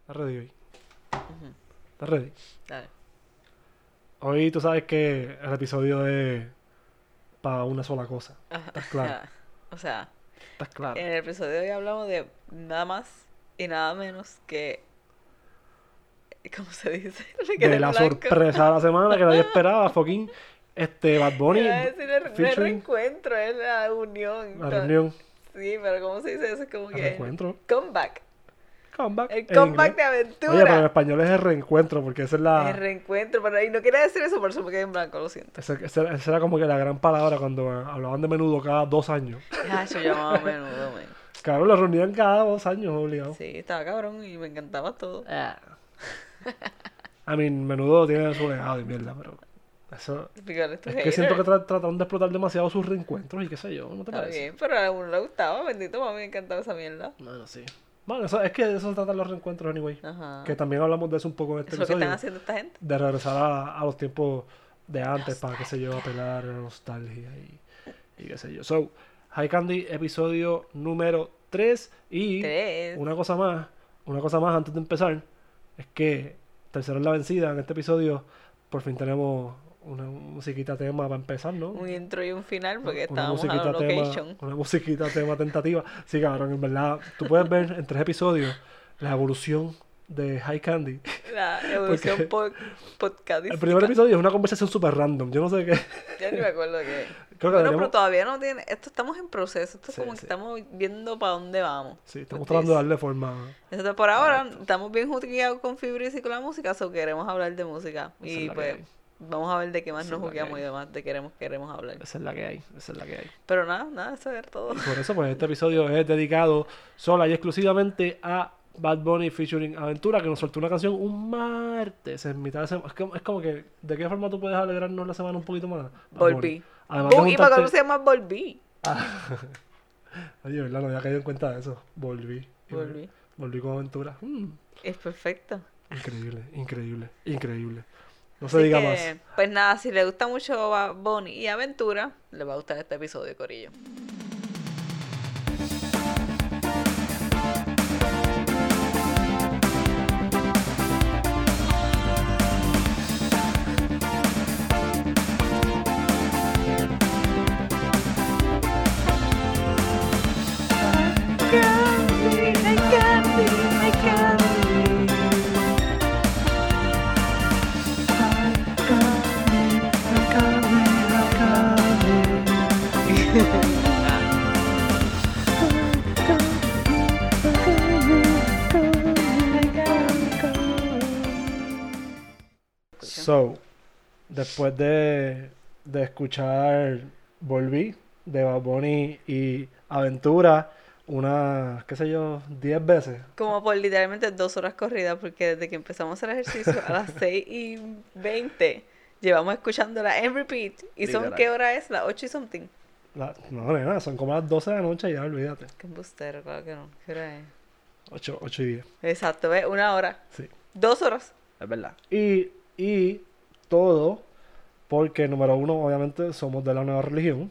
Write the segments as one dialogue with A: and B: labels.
A: ¿Estás ready hoy?
B: Ujú,
A: ¿Estás ready?
B: Dale.
A: Hoy tú sabes que el episodio es para una sola cosa.
B: Ajá,
A: Estás claro.
B: O sea,
A: Estás claro.
B: en el episodio de hoy hablamos de nada más y nada menos que. ¿Cómo se dice? Me quedé
A: De
B: en
A: la
B: blanco.
A: sorpresa de la semana que nadie esperaba, fucking este Bad Bunny
B: Iba a decir el, no es
A: featuring
B: reencuentro, es la unión.
A: la
B: to-
A: reunión,
B: Sí, pero ¿cómo se dice eso? Es como
A: el
B: que.
A: reencuentro,
B: Comeback.
A: comeback.
B: El
A: en
B: comeback de
A: inglés.
B: aventura.
A: Oye, pero en español es el reencuentro porque esa es la
B: El reencuentro, pero y no quería decir eso, por eso me quedé en blanco, lo siento.
A: esa, esa- esa era como que la gran palabra cuando hablaban de menudo cada dos años.
B: Ah, yo llamaba a menudo, man.
A: Claro, lo reunían cada dos años, obligado.
B: Sí, estaba cabrón y me encantaba todo.
A: Ah. A mí, menudo tiene su legado y mierda, pero eso
B: Explicarle esto
A: es que siento que tra- trataron de explotar demasiado sus reencuentros y qué sé yo, ¿no te
B: Está
A: parece?
B: bien, pero a uno le gustaba, bendito mami, me encantaba esa mierda.
A: Bueno, sí. Bueno, eso, es que de eso se tratan los reencuentros, anyway.
B: Ajá.
A: Que también hablamos de eso un poco en este
B: Ah. Eso es lo que
A: episodio.
B: están haciendo esta gente.
A: De regresar a, a los tiempos de antes para, qué sé yo, apelar a la nostalgia y, y qué sé yo. So, High Candy, episodio número 3. Y
B: Tres.
A: una cosa más, una cosa más antes de empezar, es que tercero es la vencida en este episodio. Por fin tenemos una musiquita tema para empezar, ¿no?
B: Un intro y un final, porque
A: una
B: estábamos a la
A: musiquita tema,
B: location.
A: una musiquita tema tentativa. Sí, cabrón, en verdad, tú puedes ver en tres episodios la evolución de High Candy.
B: La evolución pod podcastística.
A: El primer episodio es una conversación súper random, yo no sé qué.
B: Ya ni me acuerdo qué.
A: Creo que
B: Bueno,
A: deberíamos-
B: pero todavía no tiene. Esto estamos en proceso. Esto es
A: Sí,
B: como que
A: sí.
B: estamos viendo para dónde vamos.
A: Sí, estamos
B: Porque
A: tratando de darle forma.
B: Entonces, por ahora, estamos bien jugueados con fibris y con la música, so queremos hablar de música.
A: Esa es
B: Y
A: la que
B: pues,
A: hay.
B: vamos a ver de qué más
A: Esa
B: nos
A: es la que
B: jugueamos y
A: hay.
B: de más de queremos, queremos hablar.
A: Esa es la que hay, esa es la que hay.
B: Pero nada, nada, eso era todo.
A: Y por eso, pues este episodio es dedicado sola y exclusivamente a Bad Bunny featuring Aventura, que nos soltó una canción un martes en mitad de semana. Es, que- es como que, ¿de qué forma tú puedes alegrarnos la semana un poquito más? Bad Bunny?
B: Volví.
A: Además de
B: Bu- y para cómo
A: juntarte...
B: se llama Volví.
A: Oye, ¿verdad? No había caído en cuenta de eso. Volví. Y me-
B: Volví.
A: Volví con Aventura. Mm,
B: Es perfecto.
A: Increíble, increíble, increíble. No se
B: Así
A: diga
B: que,
A: más.
B: Pues nada, si le gusta mucho a Bonnie y Aventura, le va a gustar este episodio, Corillo. pues
A: So, después de, de escuchar Volví de Bad Bunny y Aventura unas, qué sé yo, 10 veces.
B: Como por literalmente dos horas corridas, porque desde que empezamos a hacer ejercicio a las 6 y 20, llevamos escuchándola en repeat. ¿Y son
A: Literal.
B: qué hora es? Las 8 y something.
A: La- no, nena, son como las 12 de la noche, ya olvídate.
B: Qué embustero, claro que no. ¿Qué hora es?
A: 8, 8 y 10.
B: Exacto, ¿ves? Una hora.
A: Sí,
B: Dos horas.
A: es verdad. Y, y todo porque, número uno, obviamente somos de la nueva religión.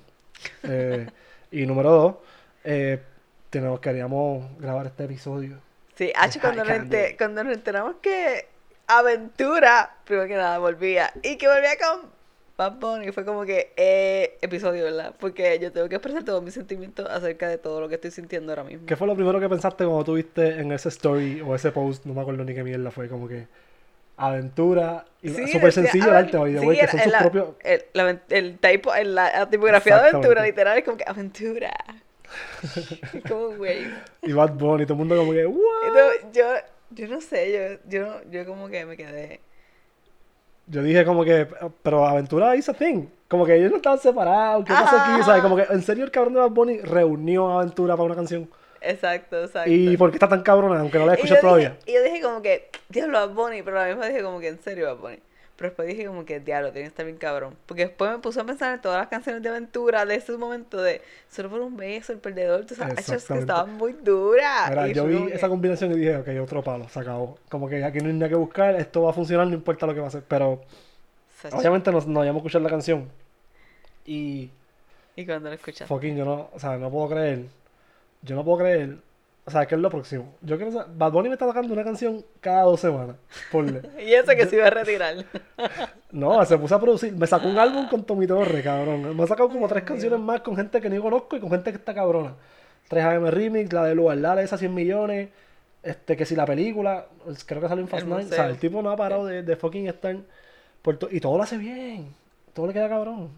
A: eh, y número dos, eh, tenemos, queríamos grabar este episodio.
B: Sí, H, cuando,
A: Ay,
B: nos
A: Candy.
B: enter- cuando nos enteramos que Aventura, primero que nada, volvía. Y que volvía con Bad Bunny, fue como que eh, episodio, ¿verdad? Porque yo tengo que expresar todos mis sentimientos acerca de todo lo que estoy sintiendo ahora mismo.
A: ¿Qué fue lo primero que pensaste cuando tuviste en ese story o ese post? No me acuerdo ni qué mierda fue, como que aventura. y
B: Sí,
A: Súper
B: decía,
A: sencillo el
B: "Aven-
A: arte, by the
B: sí,
A: way, que
B: era-
A: son
B: el-
A: sus
B: la-
A: propios.
B: El, la, el typo- el- la, la tipografía de aventura,
A: Exactamente.
B: literal, es como que aventura. Es como, güey.
A: Y Bad Bunny, todo el mundo como que, "What?".
B: Entonces, yo, yo no sé, yo, yo, no- yo como que me quedé.
A: Yo dije como que, pero aventura hizo thing. Como que ellos no estaban separados, ¿qué pasó aquí?
B: Ajá.
A: ¿Sabes? Como que, ¿en serio el cabrón de Bad Bunny reunió a Aventura para una canción?
B: Exacto, exacto.
A: ¿Y por qué está tan cabrona, aunque no la
B: Y
A: escuché
B: yo
A: todavía?
B: Dije, y yo dije como que, diablo, Bad Bunny, pero a la misma dije como que en serio Bad Bunny. Pero después dije como que, diablo, tiene que estar bien cabrón. Porque después me puse a pensar en todas las canciones de aventura de ese momento de solo por un beso, el perdedor, tú sabes, hachas que
A: Exactamente.
B: estaban muy duras.
A: Mira,
B: Y
A: yo
B: fue
A: vi
B: como "Ah, que-
A: esa combinación y dije, ok, otro palo, se acabó. Como que aquí no hay nada que buscar, esto va a funcionar, no importa lo que va a hacer. Pero
B: Sach-
A: obviamente nos, nos íbamos a escuchar la canción. Y
B: Y cuando lo escuchas.
A: Fucking, yo no, o sea, no puedo creer. Yo no puedo creer O sea, ¿qué es lo próximo? Yo quiero saber. Bad Bunny me está tocando una canción cada dos semanas. Ponle.
B: Y eso que se iba a retirar.
A: No, se puso a producir. Me sacó un álbum con Tommy Torres, cabrón. Me ha sacado como tres canciones más con gente que ni conozco y con gente que está cabrona. 3AM Remix, la de Lugar Lala, esa 100 millones. Este, que si la película, pues, creo que salió en Fast
B: El
A: Nine. O
B: museo.
A: sea, el tipo no ha parado de, de fucking estar. por to- y todo lo hace bien. Todo le queda cabrón.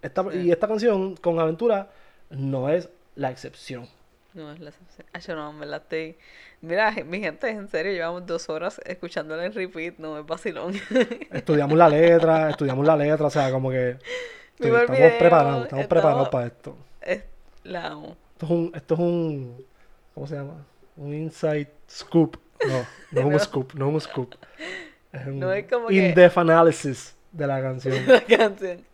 A: Esta, Y esta canción con Aventura no es la excepción.
B: No, es la excepción. Ay, yo no, me la estoy. Mira, je- mi gente, en serio, llevamos dos horas escuchándola en repeat, no es vacilón.
A: Estudiamos la letra, estudiamos la letra, o sea, como que.
B: Me iba el
A: estamos
B: video,
A: preparados, estamos
B: estaba-
A: preparados para esto.
B: Es- la amo.
A: Esto es un, esto es un, ¿cómo se llama? Un inside scoop. No, no es un
B: No.
A: scoop, no es un scoop. Es un
B: No es como que-
A: in-depth analysis de la canción.
B: La canción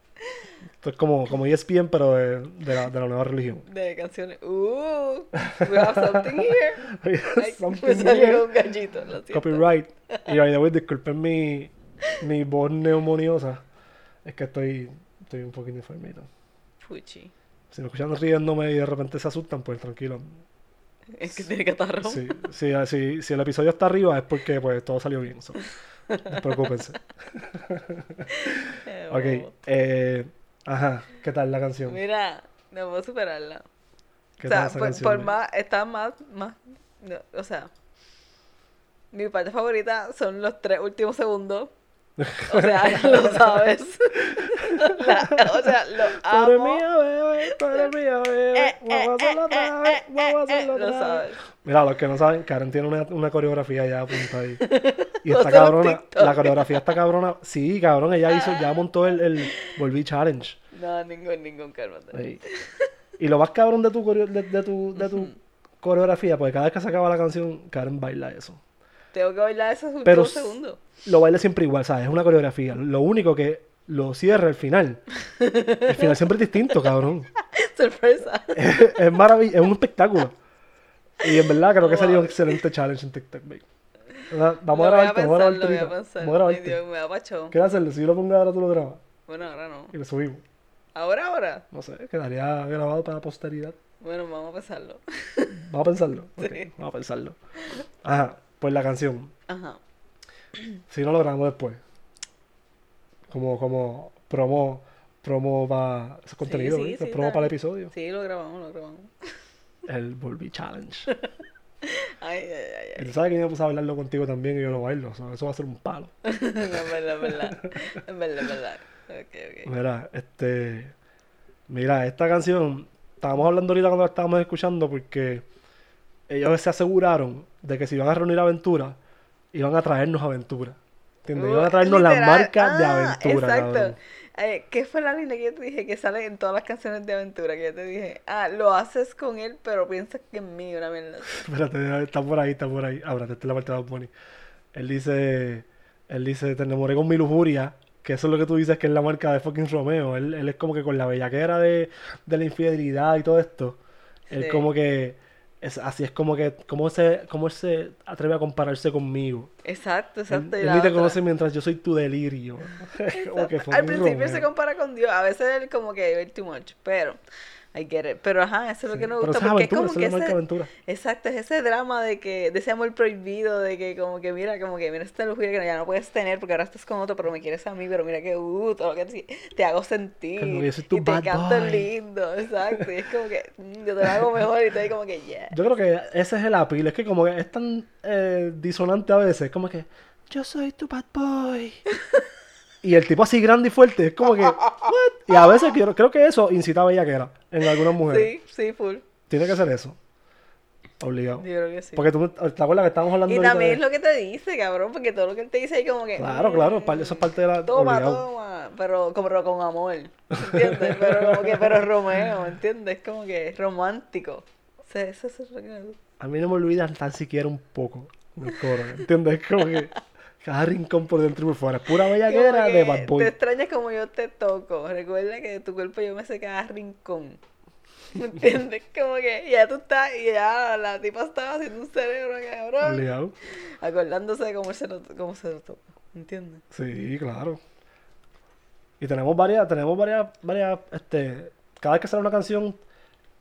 A: Esto es como, como E ESPN, pero de, de la, de la nueva religión.
B: de canciones. Uh, we have something here. Ay, me
A: Something
B: salió
A: here.
B: un gallito, lo siento.
A: Copyright. Y by the way, disculpen mi, mi voz neumoniosa. Es que estoy, estoy un poquito enfermito.
B: Puchi.
A: Si me escuchan riéndome y de repente se asustan, pues tranquilo.
B: Es que tiene catarro.
A: Sí, sí, si, si el episodio está arriba es porque pues todo salió bien. so, No preocupense.
B: Eh,
A: Ok,
B: bobo.
A: eh, ajá, ¿qué tal la canción?
B: Mira, no puedo superarla.
A: ¿Qué
B: o
A: tal
B: sea,
A: esa
B: por,
A: canción, eh?
B: por
A: May?
B: más, está más, más, no, o sea, mi parte favorita son los tres últimos segundos. O sea, lo sabes. La- o sea, lo
A: Tú eres
B: amo.
A: mía, bebé, tú eres mía, bebé,
B: Eh, eh,
A: vamos a hacerlo otra
B: eh,
A: vez,
B: eh,
A: vamos a
B: eh,
A: hacerlo
B: Lo
A: otra vez.
B: sabes.
A: Mira, los que no saben, Karen tiene una, una coreografía ya apuntada ahí. Y
B: Lo
A: está
B: sé los
A: cabrona,
B: TikTok. Ah.
A: la coreografía está cabrona. Sí, cabrón, ella hizo, ya montó el, el Volví Challenge.
B: No, ningún, ningún, cálmate.
A: Ahí. Y lo más cabrón de tu, coreo- de, de tu, de tu coreografía, porque cada vez que se acaba la canción, Karen baila eso.
B: Tengo que bailar esos
A: Pero
B: últimos
A: s-
B: segundos.
A: lo baila siempre igual, ¿sabes? Es una coreografía. Lo único que lo cierra el final. El final siempre es distinto, cabrón.
B: Sorpresa.
A: Es, maravilloso, es un espectáculo. Y en verdad creo que sería un excelente challenge en TikTok, babe. ¿Verdad? Vamos a
B: Lo voy
A: grabarte, vamos a
B: pensar, lo
A: grabarte.
B: voy a
A: ahorita.
B: pensar.
A: Vamos a
B: Ay,
A: grabarte.
B: Dios, me da pachón.
A: ¿Qué hacerlo? Si yo lo pongo ahora, tú lo grabas.
B: Bueno, ahora no.
A: Y lo subimos.
B: Ahora, ahora.
A: No sé, quedaría grabado para la posteridad.
B: Bueno, vamos a pensarlo.
A: Vamos a pensarlo. Ok,
B: Sí.
A: vamos a pensarlo. Ajá, pues la canción.
B: Ajá.
A: Si no lo grabamos después. Como, como promo, promo para esos contenidos,
B: sí,
A: ¿viste?
B: sí,
A: ¿eh? promo
B: nada.
A: para el episodio.
B: Sí, lo grabamos, lo grabamos.
A: El Volby Challenge.
B: Ay, ay, ay,
A: Y tú sabes que yo me puse a bailarlo contigo también y yo no bailo. o sea, eso va a ser un palo.
B: ay. No, es verdad, es verdad. Es verdad, es verdad. Ok, ok.
A: Mira, este. Mira, esta canción. Estábamos hablando ahorita cuando la estábamos escuchando porque ellos se aseguraron de que si iban a reunir Aventura, iban a traernos Aventura. ¿Entiendes? Iban a
B: Uh,
A: traernos las
B: literal.
A: marcas de
B: Ah,
A: Aventura.
B: Exacto.
A: cabrón.
B: Eh, ¿Qué fue la línea que yo te dije que sale en todas las canciones de aventura? Que yo te dije, ah, lo haces con él, pero piensas que en mí, una mierda. así.
A: Espérate, está por ahí, está por ahí. Ahora, esta es la parte de Bad Bunny. Él dice, él dice, te enamoré con mi lujuria, que eso es lo que tú dices que es la marca de fucking Romeo. Él, él es como que con la bellaquera de, de la infidelidad y todo esto. Él
B: Sí.
A: como que, es, así es como que, cómo se, cómo él se atreve a compararse conmigo.
B: Exacto,
A: Él,
B: exacto. y
A: él
B: la
A: ni te
B: otra.
A: conoce mientras yo soy tu delirio. Es como que
B: Al
A: fucking
B: principio él se
A: Romeo.
B: compara con Dios, a veces él como que ve too much, pero I get it. Pero ajá, eso es lo que nos
A: Pero
B: gusta
A: esa es
B: porque es
A: aventura,
B: como
A: esa
B: que
A: es la marca
B: ese,
A: aventura.
B: exacto, es ese drama de que de ese amor prohibido, de que como que mira, como que mira esta lujuria que ya no puedes tener porque ahora estás con otro, pero me quieres a mí, pero mira que uh, todo lo que te, te hago sentir
A: Como yo soy tu
B: y te
A: bad
B: canto
A: boy.
B: lindo, exacto, y es como que mm, yo te lo hago mejor y te como que yeah.
A: Yo creo que ese es el apil, es que como que es tan eh, disonante a veces, como que yo soy tu bad boy. y el tipo así grande y fuerte, es como que "What?". y a veces yo creo que eso incita a bellaquera en algunas mujeres.
B: Sí, sí, full.
A: Tiene que ser eso. Obligado.
B: Yo creo que sí.
A: Porque tú me- te acuerdas que estábamos hablando
B: Y
A: ahorita
B: también
A: de-
B: es lo que te dice, cabrón, porque todo lo que él te dice ahí como que... "Mm,
A: Claro, claro, pa- eso es parte de la
B: Toma,
A: obligado.
B: toma, pero como pero con amor, ¿entiendes? Pero como que, pero Romeo, ¿entiendes? Como que es romántico. O sea, eso es lo que me gusta.
A: A mí no me olvidan tan siquiera un poco del coro, ¿entiendes? Es como que cada rincón por dentro y por fuera es pura bellaquera
B: Como
A: de
B: que
A: bad boy.
B: Te extrañas como yo te toco. Recuerda que de tu cuerpo yo me sé cada rincón. ¿Entiendes? Como que ya tú estás, y ya la tipa estaba haciendo un cerebro, cabrón.
A: Obligado.
B: Acordándose de cómo se lo, cómo se lo toca. ¿Entiendes?
A: Sí, claro. Y tenemos varias, tenemos varias, varias, este, cada vez que sale una canción,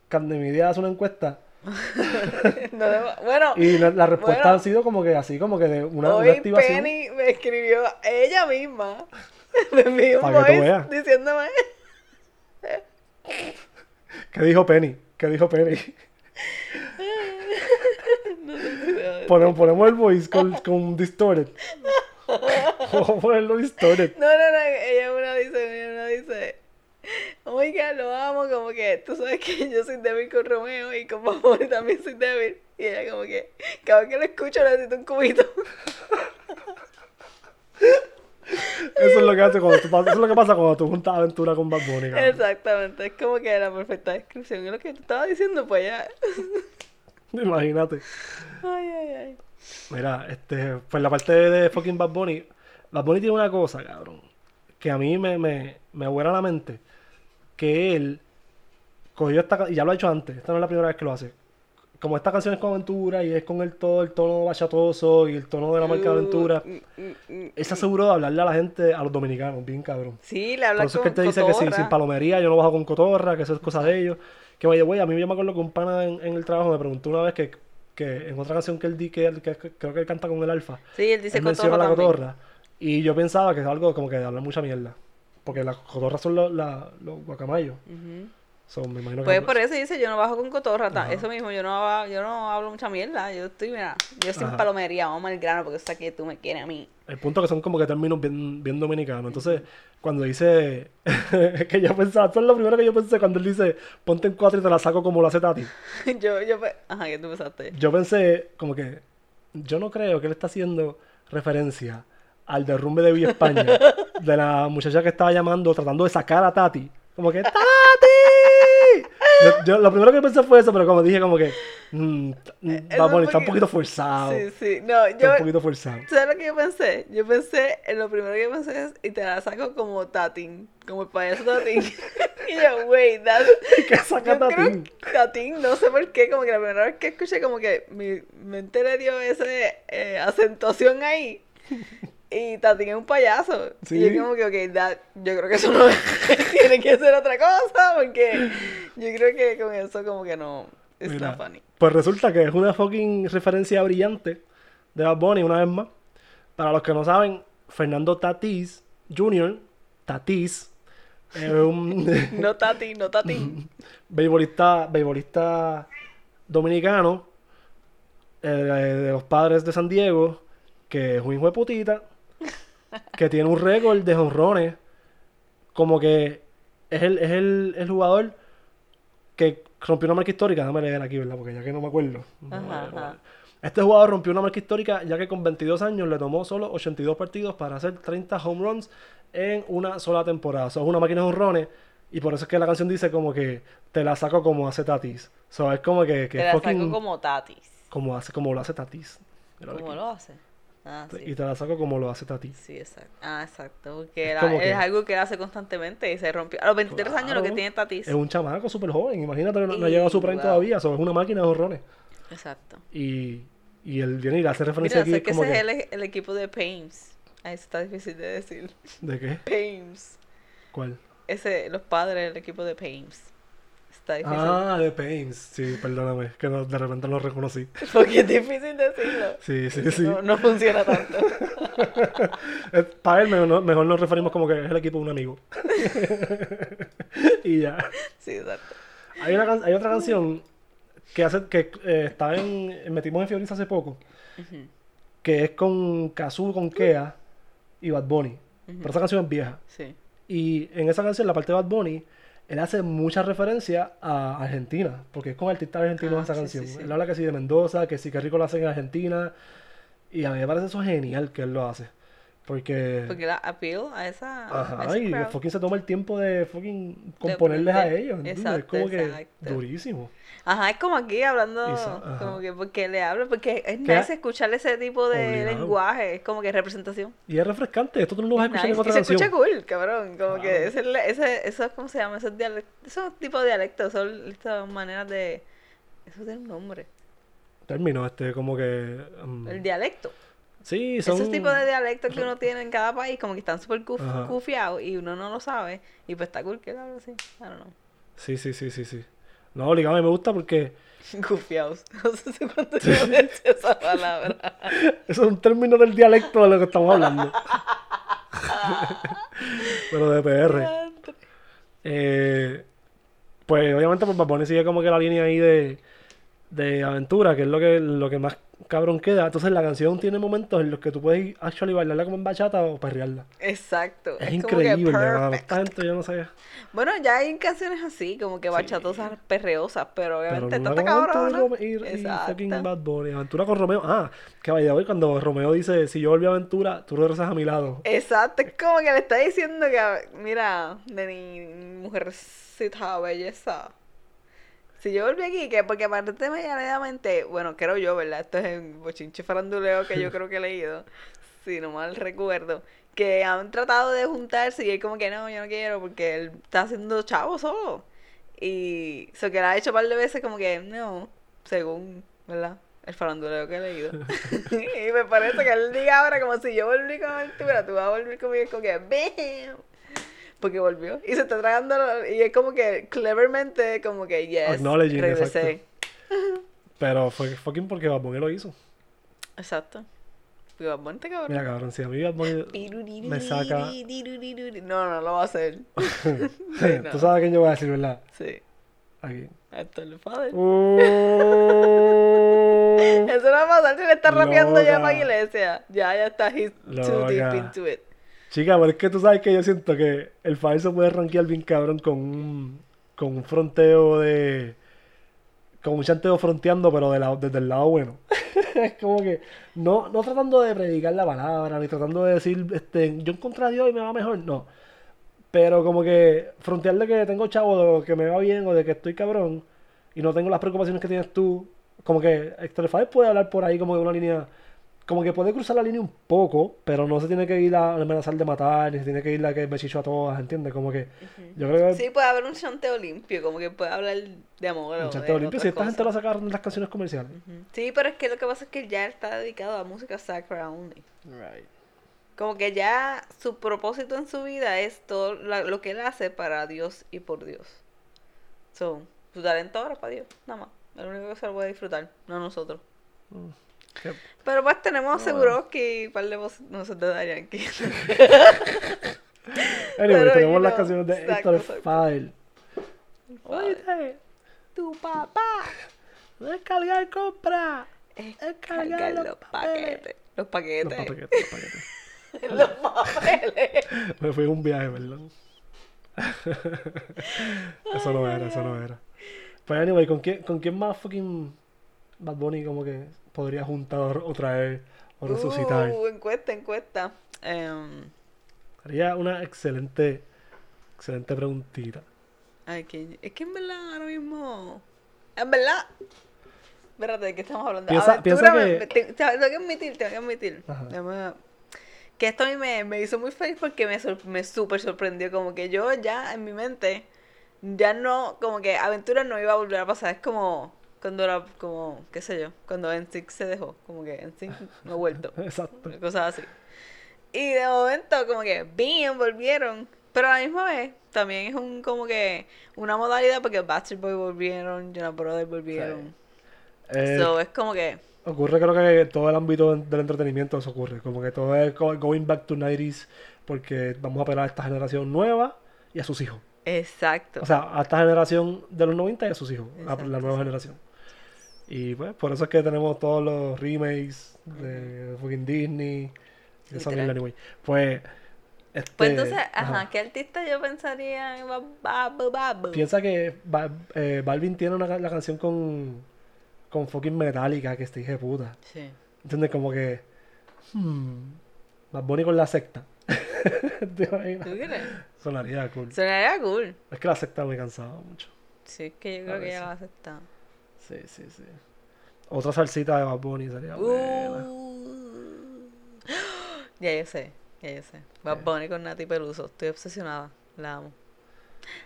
A: Candemidia hace una encuesta
B: No debo- bueno,
A: Y la, la respuesta
B: Bueno.
A: ha sido como que así, como que de una, una
B: hoy
A: activación.
B: Penny me escribió ella misma. Me envió un
A: Pa' que tú
B: voice
A: veas.
B: diciéndome.
A: ¿Qué dijo Penny? ¿Qué dijo Penny?
B: No sé si-
A: Ponemos, ponemos el voice con, con distorted. Vamos a ponerlo distorted.
B: No, no, no, ella una dice, ella una dice. Oiga, lo amo, como que tú sabes que yo soy débil con Romeo y con Pamoni también soy débil. Y ella como que, cada vez que lo escucho necesito un cubito.
A: Eso es lo que hace cuando tú pas- eso es lo que pasa cuando tú juntas aventura con Bad Bunny. cabrón.
B: Exactamente, es como que la perfecta descripción. Es lo que tú estabas diciendo, pues ya.
A: Imagínate.
B: Ay, ay, ay.
A: Mira, este, pues la parte de fucking Bad Bunny. Bad Bunny tiene una cosa, cabrón. Que a mí me, me, me vuela la mente. Que él cogió esta ca- y ya lo ha hecho antes. Esta no es la primera vez que lo hace. Como esta canción es con aventura y es con el todo, el tono bachatoso y el tono de la marca de aventura.
B: Mm, mm, mm, mm.
A: Él se aseguró de hablarle a la gente, a los dominicanos, bien cabrón.
B: Sí, le
A: Por
B: habla
A: eso es
B: con
A: que él te dice que si-
B: cotorra.
A: sin palomería yo no bajo con cotorra, que eso es cosa de ellos. Que vaya, güey, a mí yo me acuerdo que un pana en, en el trabajo me preguntó una vez que, que en otra canción que él di, que, él- que- que creo que él canta con el alfa,
B: Sí, él dice
A: él menciona
B: cotorra
A: la
B: también.
A: cotorra. Y yo pensaba que es algo como que de hablar mucha mierda. Porque las cotorras son los, la- los guacamayos.
B: Ujú.
A: Son, me imagino que
B: Pues
A: algo-
B: por eso dice, yo no bajo con cotorra, ta- eso mismo, yo no, hab- yo no hablo mucha mierda, yo estoy, mira, yo sin
A: Ajá.
B: palomería, vamos al grano, porque está que tú me quieres a mí.
A: El punto que son como que términos bien, bien dominicanos. Entonces, cuando dice. que yo pensaba, esto es lo primero que yo pensé cuando él dice: ponte en cuatro y te la saco como la hace Tati.
B: yo, yo, pe- ajá, ¿qué tú pensaste?
A: Yo pensé, como que, yo no creo que él está haciendo referencia al derrumbe de Villa España, de la muchacha que estaba llamando, tratando de sacar a Tati. Como que, ¡Tati! Yo, yo- lo primero que pensé fue eso, pero como dije, como que, mm, t- mm,
B: Eso
A: Bad Bunny
B: es
A: está un
B: Eh, porque-
A: poquito forzado.
B: Sí, sí, no,
A: Está
B: yo,
A: un poquito forzado.
B: ¿sabes lo que yo pensé? Yo pensé, en lo primero que pensé es, y te la saco como Tatín, como el payaso Tatín. y yo, wait, that's...
A: ¿Qué saca
B: Yo creo
A: Tati?
B: que Tatín, no sé por qué, como que la primera vez que escuché, como que mi mente le dio esa acentuación ahí. Y Tatín es un payaso. Y
A: Sí.
B: yo como que, ok, that- yo creo que eso no tiene que ser otra cosa, porque yo creo que con eso como que no, it's
A: Mira,
B: not funny.
A: Pues resulta que es una fucking referencia brillante de Bad Bunny, una vez más. Para los que no saben, Fernando Tatís Jr., Tatís, es un
B: No Tatín, no Tatín.
A: beisbolista, beisbolista dominicano eh, de, de los padres de San Diego, que es un hijo de putita, que tiene un récord de jonrones, como que es el, es el, el jugador que rompió una marca histórica, déjame leer aquí, ¿verdad? Porque ya que no me acuerdo.
B: Ajá, ajá.
A: Este jugador rompió una marca histórica ya que con 22 años le tomó solo 82 partidos para hacer 30 home runs en una sola temporada. O sea, es una máquina de honrones y por eso es que la canción dice como que te la saco como hace Tatis. O sea, es como que, que
B: Te la
A: fucking-
B: saco como Tatis.
A: como hace como lo hace Tatis. Míralo
B: ¿Cómo
A: aquí. Pues,
B: lo hace? Ah,
A: Y
B: sí.
A: te la saco como lo hace Tatis.
B: Sí, exacto. Ah, exacto. Porque
A: Es
B: era-
A: como
B: es
A: que-
B: algo que él hace constantemente y se rompió. A los 23 años lo que
A: Claro.
B: tiene Tatis.
A: Es un chamaco súper joven, imagínate, no, no ha
B: Y-
A: llegado a su prime
B: wow.
A: todavía, o sea, es una máquina de honrones.
B: Exacto.
A: Y, y él viene y le hace referencia
B: Mira,
A: aquí
B: sé que
A: como
B: ese
A: que-
B: es el, e, el equipo de Pames. Ahí está difícil de decir.
A: ¿De qué?
B: Pames.
A: ¿Cuál?
B: Ese, los padres del equipo de Pames. Está difícil.
A: Ah, de Pains. Sí, perdóname, que no- de repente no lo reconocí.
B: Porque es difícil decirlo.
A: Sí, sí, sí.
B: No, no funciona tanto.
A: Eh, Para él mejor, mejor nos referimos como que es el equipo de un amigo. y ya.
B: Sí, exacto.
A: Hay, una can- hay otra canción que hace que eh, está en metimos en Fioriza hace poco,
B: Ujú,
A: que es con Kazu, con Kea y Bad Bunny. Pero esa canción es vieja.
B: Sí.
A: Y en esa canción, la parte de Bad Bunny, él hace mucha referencia a Argentina, porque es con artistas argentinos
B: Ah,
A: esa
B: sí,
A: canción.
B: sí, sí.
A: Él habla que sí de Mendoza, que sí que rico lo hacen en Argentina. Y a mí me parece eso genial que él lo hace. Porque.
B: Porque la appeal a esa. a
A: Ajá,
B: ese
A: y
B: crowd.
A: fucking se toma el tiempo de fucking componerles a
B: aprender.
A: ellos, ¿entiendes? es
B: Exacto,
A: como que
B: exacto.
A: durísimo.
B: Ajá, es como aquí hablando,
A: Esa- ajá.
B: como que porque le hablo, porque
A: Que-
B: es nice escuchar ese tipo de
A: Obligado.
B: lenguaje, es como que representación.
A: Y es refrescante, esto tú no lo vas a escuchar
B: Nice.
A: en otra
B: y se
A: canción.
B: escucha cool, cabrón. Como
A: Claro.
B: que ese, ese, esos, ¿cómo se llama? Esos, dialect- esos tipos de dialectos, son estas maneras de. Eso tiene un nombre.
A: Término, este, como que. um,
B: El dialecto.
A: sí, son.
B: Esos tipos de dialectos que uno tiene en cada país, como que están súper cuf-
A: Ajá.
B: cufiados y uno no lo sabe. Y pues está cool que él habla así. I don't know.
A: Sí, sí, sí, sí, sí. No, obligado, a mí me gusta porque
B: Gufiados. No sé cuánto yo había dicho esa palabra.
A: Eso es un término del dialecto de lo que estamos hablando. Pero de PR. Eh, pues obviamente pues Bad Bunny sigue como que la línea ahí de, de aventura, que es lo que, lo que más cabrón queda. Entonces la canción tiene momentos en los que tú puedes actually bailarla como en bachata o perrearla.
B: Exacto.
A: Es,
B: como que
A: increíble, mano.
B: perfect.
A: Esta gente yo no sabía.
B: Bueno, ya hay canciones así, como que bachatosas, perreosas,
A: Pero
B: pero obviamente
A: Luna
B: está
A: con Aventura
B: cabrona.
A: y Rome- y, y
B: Exacto.
A: fucking Bad Bunny. Aventura con Romeo. Ah, que vaya hoy cuando Romeo dice, si yo volví a Aventura, tú regresas a mi lado.
B: Exacto, es como que le está diciendo que, mira, de mi mujercita belleza. Si yo volví aquí, que porque aparte medianamente, bueno, creo yo, ¿verdad? Esto es un bochinche faranduleo que yo creo que he leído, si no mal recuerdo, que han tratado de juntarse y él como que no, yo no quiero porque él está haciendo chavo solo. Y eso que la ha hecho un par de veces como que, no, según, ¿verdad? El faranduleo que he leído. y me parece que él diga ahora como si yo volví con él, tú, pero tú vas a volver conmigo y es como que, "Bam". Porque volvió. Y se está tragando, lo- y es como que clevermente, como que, yes,
A: Acknowledging,
B: regresé.
A: Pero fue fucking porque Bad Bunny lo hizo.
B: Exacto. Porque Bad Bunny está cabrón.
A: Mira, cabrón, si a mí Bad Bunny... me saca-
B: No, no, lo va a hacer. no.
A: Tú sabes a quién yo voy a decir, ¿verdad?
B: Sí.
A: Aquí.
B: Hasta el padre.
A: Uh,
B: Eso no va a pasar si le está rapeando ya
A: Loca.
B: para iglesia. Ya, ya está. He's too deep
A: Loca.
B: into it.
A: Chica, pero es que tú sabes que yo siento que el falso puede rankear bien cabrón con un, con un fronteo de... Con un chanteo fronteando, pero de la- desde el lado bueno. es como que no, no tratando de predicar la palabra, ni tratando de decir, este, yo encontré a Dios y me va mejor, no. Pero como que frontear de que tengo chavo, de que me va bien o de que estoy cabrón y no tengo las preocupaciones que tienes tú, como que Extrafades puede hablar por ahí como de una línea, como que puede cruzar la línea un poco, pero no se tiene que ir a amenazar de matar, ni se tiene que ir a que me chicho a todas, ¿entiendes? Como que yo creo que
B: Sí, puede haber un chanteo limpio, como que puede hablar de amor o
A: el
B: de
A: chanteo limpio,
B: otras
A: si esta gente lo
B: cosas.
A: sacaron de las canciones comerciales.
B: Ujú. Sí, pero es que lo que pasa es que ya está dedicado a música sacra only. Como que ya su propósito en su vida es todo la- lo que él hace para Dios y por Dios. So, su talento ahora es para Dios, nada más. El único que se lo puede disfrutar, no nosotros.
A: Mm, Que-
B: Pero pues tenemos seguro que un par de voces, no sé, de Daddy Yankee.
A: Anyway,
B: Pero,
A: tenemos
B: you
A: las
B: know,
A: canciones de
B: exacto,
A: Héctor
B: exacto.
A: Fadel.
B: Oye, tu papá
A: Descargar compra.
B: es
A: Es cargar
B: cargar
A: los
B: los paquetes. Los paquetes.
A: Los paquetes, los paquetes.
B: Los papeles.
A: Me fui a un viaje, ¿verdad? eso no era, eso no era. Pues anyway, ¿con quién, ¿con quién más fucking Bad Bunny como que podría juntar o traer o resucitar?
B: Uh, encuesta, encuesta. Em,
A: Haría una excelente, excelente preguntita.
B: ay, que, es que en verdad ahora mismo. En verdad. Espérate, ¿de qué estamos hablando?
A: Piensa-
B: Aventura,
A: piensa
B: me-
A: que-
B: me- te- te- tengo que admitir, tengo que admitir.
A: Ajá.
B: Déjame- Que esto a mí me, me hizo muy feliz porque me, sor- me súper sorprendió. Como que yo ya en mi mente, ya no, como que aventura no iba a volver a pasar. Es como cuando era, como, qué sé yo, cuando NSYNC se dejó. Como que NSYNC no ha vuelto.
A: Exacto.
B: cosas así. Y de momento, como que, bien, volvieron. Pero a la misma vez, también es un como que una modalidad porque Bastard Boy volvieron, Jonah Brothers volvieron.
A: Eh,
B: So, es como que,
A: Ocurre creo que todo el ámbito del entretenimiento eso ocurre, como que todo es go- going back to 90s porque vamos a apelar a esta generación nueva y a sus hijos.
B: exacto.
A: O sea, a esta generación de los 90 y a sus hijos, la, la
B: Exacto,
A: nueva generación. Y pues por eso es que tenemos todos los remakes de fucking Disney, de esa
B: Literal.
A: mierda anyway. Pues este,
B: pues entonces, ajá,
A: ajá.
B: ¿qué artista yo pensaría en Bab- Bab- Bab-
A: Piensa que Ba- eh, Balvin tiene una, ca- la canción con con fucking Metallica que este hija de puta.
B: Sí.
A: ¿Entiendes? Como que. Hmm. Más bonito con la secta. ¿Te imaginas?
B: ¿Tú crees?
A: Sonaría cool.
B: Sonaría cool.
A: Es que la secta me cansaba mucho.
B: Sí, es que yo
A: A
B: creo que
A: veces.
B: ya la aceptado.
A: Sí, sí, sí. Otra salsita de Bad Bunny sería buena.
B: Uh. Ya yo sé, ya yo sé. Bad
A: Ok.
B: Bunny con Nati Peluso. Estoy obsesionada. La amo.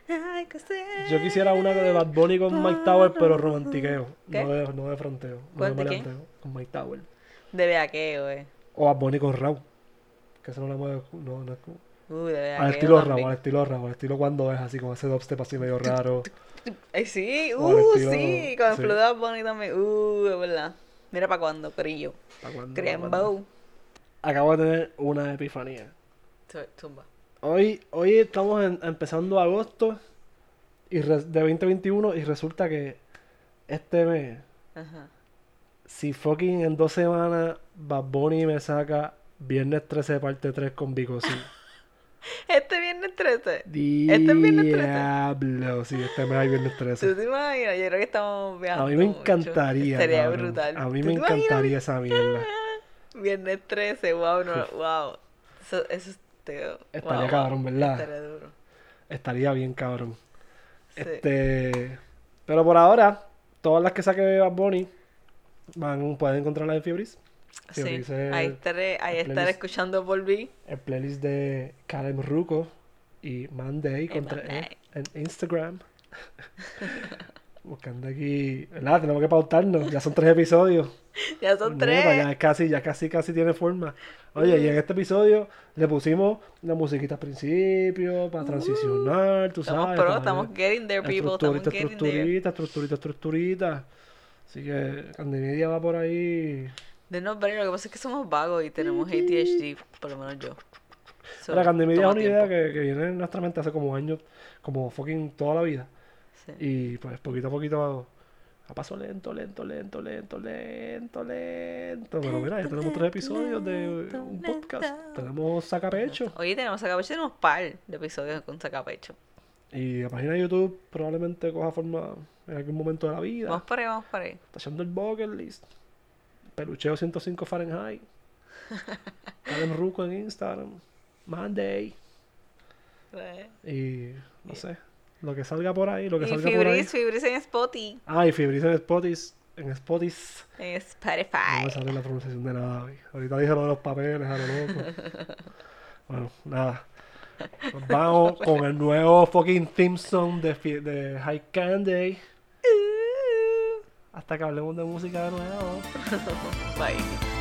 B: Ay, que sé.
A: Yo quisiera una de Bad Bunny con Mike Tower, pero romantiqueo.
B: ¿Qué?
A: No de, no de fronteo. No de
B: ¿Cuál de quién?
A: maleanteo. Con Mike Tower.
B: De beaqueo, eh.
A: O Bad Bunny con Raúl. Que eso no le mueve. No, no es como-
B: Uy, Uh, de verdad.
A: Al
B: que yo
A: estilo rap,
B: también.
A: al estilo rap, al estilo cuando es así, con ese dubstep así medio raro.
B: Ay, sí,
A: O al
B: uh,
A: estilo-
B: sí. Con el
A: sí.
B: flow de Bad Bunny también. Uh, es verdad. Mira para cuándo, Corillo.
A: ¿Para cuándo? ¿Para cuándo?
B: Creambow.
A: Acabo de tener una epifanía.
B: Tu- Tumba.
A: Hoy, hoy estamos en- empezando agosto y re- de 2021 y resulta que este mes,
B: Ajá.
A: si fucking en dos semanas Bad Bunny me saca Viernes 13 parte 3 con Bicosi.
B: Este viernes 13. Este es Viernes 13.
A: Diablo, sí, este mes hay Viernes 13.
B: ¿Tú te imaginas? Yo creo que estamos viajando.
A: A mí me
B: mucho.
A: encantaría.
B: Sería
A: cabrón.
B: brutal.
A: A mí
B: ¿Tú
A: me
B: te imaginas?
A: encantaría esa mierda.
B: Viernes 13, wow, no, wow. Eso, eso es teo.
A: Estaría
B: wow,
A: cabrón,
B: wow.
A: ¿verdad?
B: Estaría duro.
A: Estaría bien, cabrón.
B: Sí.
A: Este. Pero por ahora, todas las que saque Bad Bunny van, pueden encontrarlas en Fiebris.
B: Sí,
A: Fiebris es
B: ahí estaré, ahí
A: el
B: estaré
A: playlist.
B: escuchando Volví.
A: el playlist de Kalem Ruco y Monday con tres
B: Monday.
A: E en Instagram. Buscando aquí. ¿Verdad? Tenemos que pautarnos. Ya son tres episodios.
B: Ya son
A: Puñeta,
B: tres.
A: Ya casi, ya casi, casi tiene forma. Oye, y en este episodio le pusimos la musiquita al principio para transicionar, tú
B: Uh. Estamos
A: sabes.
B: pro,
A: para-
B: estamos getting there, people. Estamos
A: Estructurita,
B: getting there.
A: estructurita, estructurita, estructurita. Así que Candinidia va por ahí.
B: De no, pero lo que pasa es que somos vagos y tenemos ADHD, por lo menos yo. So,
A: Mira, Candinidia es
B: toma
A: una idea
B: tiempo.
A: que, que viene en nuestra mente hace como años, como fucking toda la vida.
B: Sí.
A: Y pues poquito a poquito, a paso lento, lento, lento, lento, lento, lento. Pero mira, ya tenemos tres episodios de un podcast. Tenemos Sacapecho.
B: Oye, tenemos sacapecho, tenemos par de episodios con sacapecho.
A: Y la página de YouTube probablemente coja forma en algún momento de la vida.
B: Vamos para ahí, vamos para ahí.
A: Está echando el bucket list. Pelucheo 105 Fahrenheit. Karen Ruco en Instagram. Monday.
B: Eh.
A: Y no sé. Lo que salga por ahí, lo que
B: Y
A: salga por ahí.
B: Fibris, Fibris en Spotify.
A: Ah, y Fibris en Spotis. En Spotis.
B: En
A: No me
B: Spotify.
A: sale la pronunciación de nada hoy. Ahorita dije lo de los papeles, a lo loco. Bueno, nada. Nos Vamos con el nuevo fucking theme song de, Fi- de High Candy. Hasta que hablemos de música de nuevo.
B: Bye.